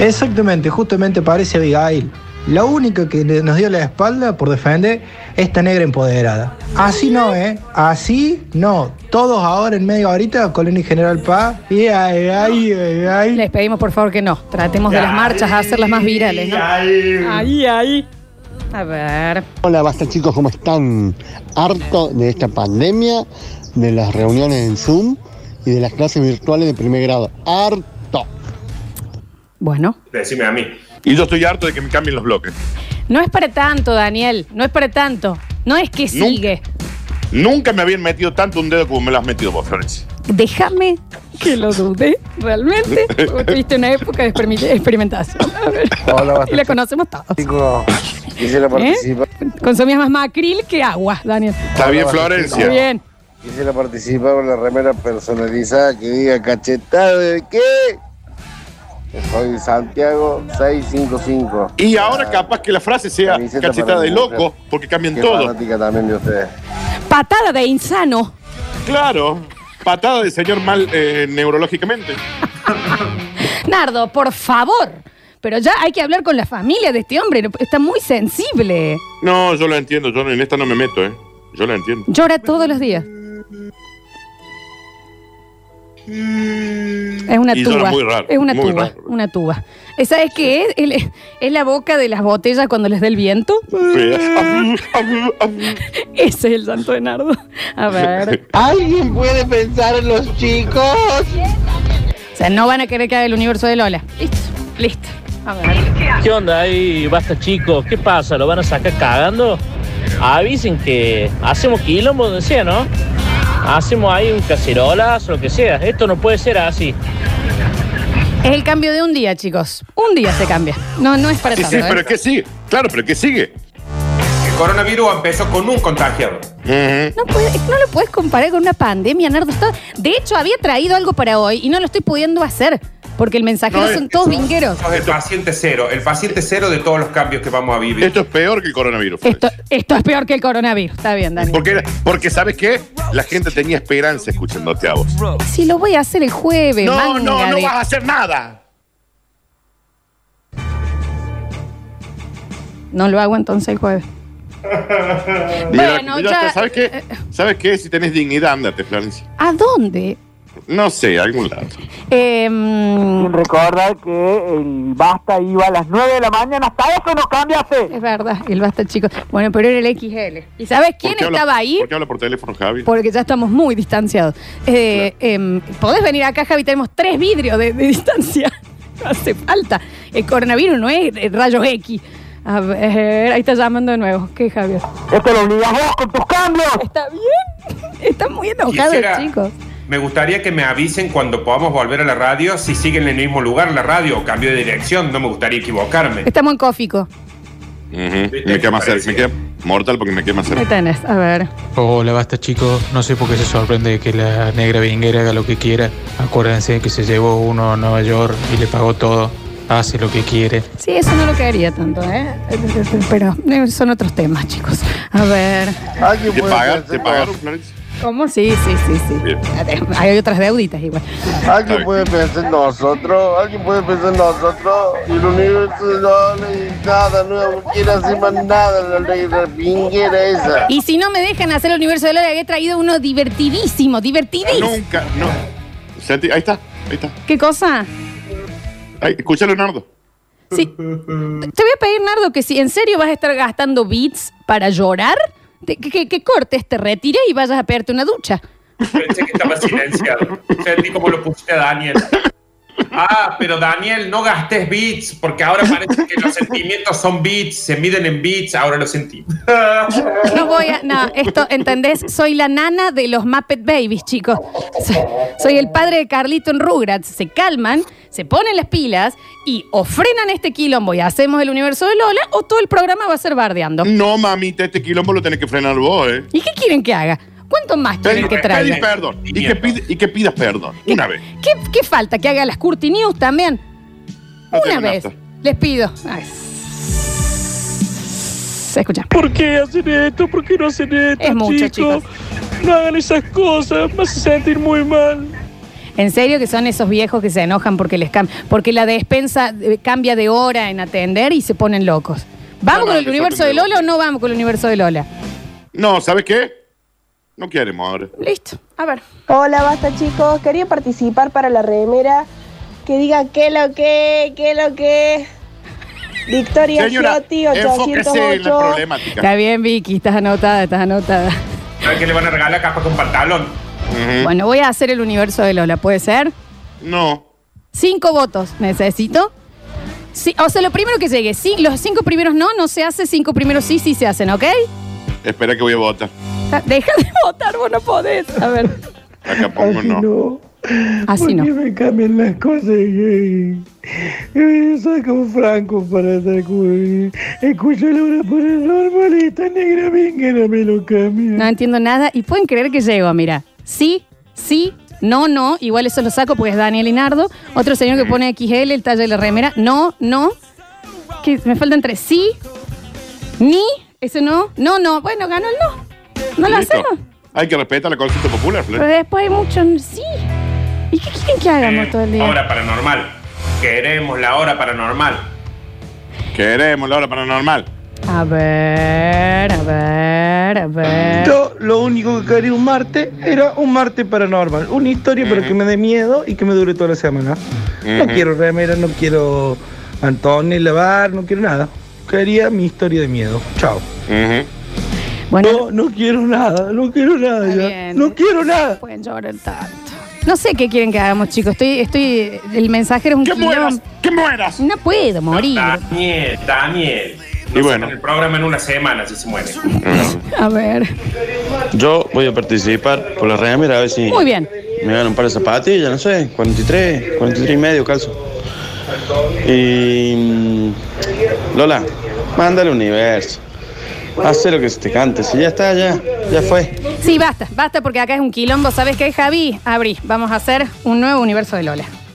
[SPEAKER 15] Exactamente, justamente parece Abigail. La única que le- nos dio la espalda por defender esta negra empoderada. Así no, ¿eh? Así no. Todos ahora en media horita, Colonia y General Paz. Y ay, ay, ay, ay.
[SPEAKER 2] Les pedimos por favor que no. Tratemos de las marchas a hacerlas más virales, ¿no? Ahí, ahí. A ver.
[SPEAKER 16] Hola, basta chicos, ¿cómo están? Harto de esta pandemia, de las reuniones en Zoom y de las clases virtuales de primer grado. Harto.
[SPEAKER 2] Bueno.
[SPEAKER 3] Decime a mí.
[SPEAKER 4] Y yo estoy harto de que me cambien los bloques.
[SPEAKER 2] No es para tanto, Daniel. No es para tanto. No es que sigue.
[SPEAKER 4] Nunca me habían metido tanto un dedo como me lo has metido vos, Florencia.
[SPEAKER 2] Déjame que lo dudé realmente. porque Tuviste una época de experimi- experimentación. A ver.
[SPEAKER 5] Hola,
[SPEAKER 2] Y la conocemos todos.
[SPEAKER 5] Chicos,
[SPEAKER 2] ¿Eh?
[SPEAKER 5] quisiera participar.
[SPEAKER 2] Consumías más macril que agua, Daniel.
[SPEAKER 4] Está bien, Florencia.
[SPEAKER 2] Está bien.
[SPEAKER 5] Quisiera participar con la remera personalizada que diga cachetada de qué. Soy Santiago 655.
[SPEAKER 4] Y ahora capaz que la frase sea
[SPEAKER 5] Camiseta
[SPEAKER 4] cachetada
[SPEAKER 5] para
[SPEAKER 4] de
[SPEAKER 5] mi mujer.
[SPEAKER 4] loco, porque cambian
[SPEAKER 5] Qué
[SPEAKER 4] todo.
[SPEAKER 5] fanática también de ustedes.
[SPEAKER 2] Patada de insano.
[SPEAKER 4] Claro, patada de señor mal eh, neurológicamente.
[SPEAKER 2] Nardo, por favor. Pero ya hay que hablar con la familia de este hombre. Está muy sensible.
[SPEAKER 4] No, yo lo entiendo, yo no- en esta no me meto, ¿eh? Yo lo entiendo.
[SPEAKER 2] Llora todos los días. Es una
[SPEAKER 4] Y llora
[SPEAKER 2] tuba.
[SPEAKER 4] muy raro,
[SPEAKER 2] es una
[SPEAKER 4] muy
[SPEAKER 2] tuba.
[SPEAKER 4] raro.
[SPEAKER 2] Una tuba. ¿Esa es que es? El- es la boca de las botellas cuando les da el viento. Ese es el santo de Nardo. A ver.
[SPEAKER 10] ¿Alguien puede pensar en los chicos?
[SPEAKER 2] O sea, no van a querer que haga el universo de Lola. Listo. Listo. A ver.
[SPEAKER 7] ¿Qué onda ahí? Basta chicos, ¿qué pasa? ¿Lo van a sacar cagando? Avisen que Eh, hacemos quilombo donde sea, ¿no? Hacemos ahí un cacerolas, lo que sea. Esto no puede ser así.
[SPEAKER 2] Es el cambio de un día, chicos. Un día se cambia. No, no es para
[SPEAKER 4] Sí,
[SPEAKER 2] tanto.
[SPEAKER 4] sí,
[SPEAKER 2] ¿eh?
[SPEAKER 4] pero ¿qué sigue? Claro, pero ¿qué sigue?
[SPEAKER 3] El coronavirus empezó con un contagiado.
[SPEAKER 2] No, puede- no lo puedes comparar con una pandemia, Nardo. Está- de hecho, había traído algo para hoy y no lo estoy pudiendo hacer. Porque el mensajero
[SPEAKER 3] No,
[SPEAKER 2] son
[SPEAKER 4] eh,
[SPEAKER 3] es-
[SPEAKER 2] todos vingueros.
[SPEAKER 3] Sos el paciente cero, el paciente cero de todos los cambios que vamos a vivir.
[SPEAKER 4] Esto es peor que el coronavirus.
[SPEAKER 2] Esto, esto es peor que el coronavirus. Está bien, Dani.
[SPEAKER 4] Porque, porque ¿sabes qué? La gente tenía esperanza escuchándote a vos.
[SPEAKER 2] Si lo voy a hacer el jueves,
[SPEAKER 4] No,
[SPEAKER 2] manga
[SPEAKER 4] no, no
[SPEAKER 2] de-
[SPEAKER 4] vas a hacer nada.
[SPEAKER 2] No lo hago entonces el jueves.
[SPEAKER 4] Mira,
[SPEAKER 2] Bueno,
[SPEAKER 4] mira,
[SPEAKER 2] ya- eh,
[SPEAKER 4] ¿sabes qué? ¿Sabes qué? Si tenés dignidad, andate, Florencia.
[SPEAKER 2] ¿A dónde?
[SPEAKER 4] No sé, a algún lado.
[SPEAKER 2] Eh, mm,
[SPEAKER 17] Recordar que el basta iba a las 9 de la mañana. Hasta eso no cambiaste.
[SPEAKER 2] es verdad, el basta chico. Bueno, pero era el XL. ¿Y sabes quién
[SPEAKER 4] ¿Por qué habla-
[SPEAKER 2] estaba ahí?
[SPEAKER 4] ¿Por qué habla por teléfono, Javi?
[SPEAKER 2] Porque ya estamos muy distanciados. Eh, em, Podés venir acá, Javi, tenemos tres vidrios de, de distancia. No hace falta. El coronavirus no es eh, rayos X. A ver, ahí está llamando de nuevo. ¿Qué, Javier?
[SPEAKER 17] Esto lo obligas vos con tus cambios.
[SPEAKER 2] Está bien. Está muy enojado,
[SPEAKER 3] Quisiera-
[SPEAKER 2] chicos.
[SPEAKER 3] Me gustaría que me avisen cuando podamos volver a la radio si siguen en el mismo lugar la radio o cambio de dirección. No me gustaría equivocarme.
[SPEAKER 2] Estamos en Cófico.
[SPEAKER 4] Ujú. Me queda más cerca. Me queda mortal porque me queda más cerca.
[SPEAKER 2] Ahí tenés, a ver.
[SPEAKER 18] Hola, basta chicos. No sé por qué se sorprende de que la negra vinguera haga lo que quiera. Acuérdense que se llevó uno a Nueva York y le pagó todo. Hace lo que quiere.
[SPEAKER 2] Sí, eso no lo quedaría tanto, ¿eh? Pero eh, son otros temas, chicos. A ver.
[SPEAKER 4] ¿Te pagan? ¿Te pagaron, Florencia?
[SPEAKER 2] ¿Cómo? Sí, sí, sí, sí. Hay otras deuditas igual.
[SPEAKER 5] Alguien puede pensar en nosotros, alguien puede pensar en nosotros, y el universo no le nada nuevo, no quiere hacer más nada, la negra pinguera esa.
[SPEAKER 2] Y si no me dejan hacer el universo de Lola, he traído uno divertidísimo, divertidísimo.
[SPEAKER 4] Nunca, no. Santi, ahí está, ahí está.
[SPEAKER 2] ¿Qué cosa?
[SPEAKER 4] Ahí, escucha, Leonardo.
[SPEAKER 2] Sí. Te voy a pedir, Nardo, que si en serio vas a estar gastando bits para llorar, te- que, que- que cortes, te retires y vayas a pegarte una ducha.
[SPEAKER 3] Pensé que estaba silenciado. Sentí como lo pusiste a Daniel. Ah, pero Daniel, no gastes bits, porque ahora parece que los sentimientos son bits, se miden en bits, ahora lo sentí.
[SPEAKER 2] No voy a. No, esto, ¿entendés? Soy la nana de los Muppet Babies, chicos. Soy, soy el padre de Carlito en Rugrats. Se calman, se ponen las pilas y o frenan este quilombo y hacemos el universo de Lola o todo el programa va a ser bardeando.
[SPEAKER 4] No, mamita, este quilombo lo tenés que frenar vos, ¿eh?
[SPEAKER 2] ¿Y qué quieren que haga? ¿Cuánto más quieren
[SPEAKER 4] Pedí,
[SPEAKER 2] que
[SPEAKER 4] pedí
[SPEAKER 2] traiga?
[SPEAKER 4] perdón. Y que, pide- y que pidas perdón. Una vez.
[SPEAKER 2] ¿Qué, qué falta? ¿Que haga las Curti News también?
[SPEAKER 4] No
[SPEAKER 2] Una
[SPEAKER 4] tengo
[SPEAKER 2] vez.
[SPEAKER 4] nafta.
[SPEAKER 2] Les pido. Ay, Se escucha.
[SPEAKER 7] ¿Por qué hacen esto? ¿Por qué no hacen esto?
[SPEAKER 2] Es mucho, chicos?
[SPEAKER 7] No hagan esas cosas, me hace sentir muy mal.
[SPEAKER 2] En serio que son esos viejos que se enojan porque les cam- porque la despensa eh, cambia de hora en atender y se ponen locos. ¿Vamos con el universo de Lola o no vamos con el universo de Lola?
[SPEAKER 4] No, ¿sabes qué? No queremos ahora.
[SPEAKER 2] Listo. A ver.
[SPEAKER 19] Hola, basta chicos. Quería participar para la remera. Que diga qué lo que, qué lo que. Victoria
[SPEAKER 4] Señora,
[SPEAKER 19] Ciotti,
[SPEAKER 4] enfóquese en la
[SPEAKER 19] 808.
[SPEAKER 4] problemática.
[SPEAKER 2] Está bien, Vicky, estás anotada, estás anotada.
[SPEAKER 4] ¿Eh?
[SPEAKER 3] ¿Sabes qué le van a regalar capa con pantalón?
[SPEAKER 2] Bueno, voy a hacer el universo de Lola, ¿puede ser?
[SPEAKER 4] No.
[SPEAKER 2] Cinco votos necesito. Sí, o sea, lo primero que llegue, sí, los cinco primeros no, no se hace, cinco primeros sí, sí se hacen, ¿ok?
[SPEAKER 4] Espera que voy a votar.
[SPEAKER 2] Ah, Deja de votar, vos no podés. A ver.
[SPEAKER 4] Acá pongo no.
[SPEAKER 2] Así no.
[SPEAKER 20] ¿Por qué me cambian las cosas? Eh, eh, Soy como Franco para estar con... Escucho la hora por el normal y esta negra vinguera me lo cambia.
[SPEAKER 2] No entiendo nada y pueden creer que llego, mira. Sí, sí, no, no. Igual eso lo saco porque es Daniel Inardo. Otro señor que pone XL, el talle de la remera. No, no. Que me faltan tres. Sí, ni, ese no. No, no. Bueno, ganó el no. No lo
[SPEAKER 4] Listo.
[SPEAKER 2] hacemos.
[SPEAKER 4] Hay que respetar la consulta popular, Flor.
[SPEAKER 2] Pero después hay mucho n- sí. ¿Y qué quieren que hagamos todo el día?
[SPEAKER 3] Eh, Hora paranormal. Queremos la hora paranormal.
[SPEAKER 4] Queremos la hora paranormal.
[SPEAKER 2] A ver, a ver, a ver.
[SPEAKER 20] Yo lo único que quería un martes era un martes paranormal. Una historia pero que me dé miedo y que me dure toda la semana. No
[SPEAKER 21] Ujú.
[SPEAKER 20] quiero remera, no quiero Antonio lavar, no quiero nada. Quería mi historia de miedo. Chao.
[SPEAKER 2] Bueno,
[SPEAKER 20] no, no quiero nada, no quiero nada ya. No quiero nada.
[SPEAKER 2] Pueden llorar tanto. No sé qué quieren que hagamos, chicos. Estoy, estoy. El mensajero es un
[SPEAKER 3] Que mueras,
[SPEAKER 2] ¡Que mueras! No puedo morir.
[SPEAKER 3] Daniel, Daniel. y bueno. El programa en una semana si se muere.
[SPEAKER 2] A ver.
[SPEAKER 22] Yo voy a participar por la remera, a ver si
[SPEAKER 2] Muy bien.
[SPEAKER 22] me ganan un par de zapatillas, no sé, 43, 43 y medio calzo. Y. mm, Lola, mándale universo. Haz lo que se te cante, si ya está, ya, ya fue.
[SPEAKER 2] Sí, basta, basta porque acá es un quilombo. ¿Sabes qué, Javi? Abrí, vamos a hacer un nuevo universo de Lola.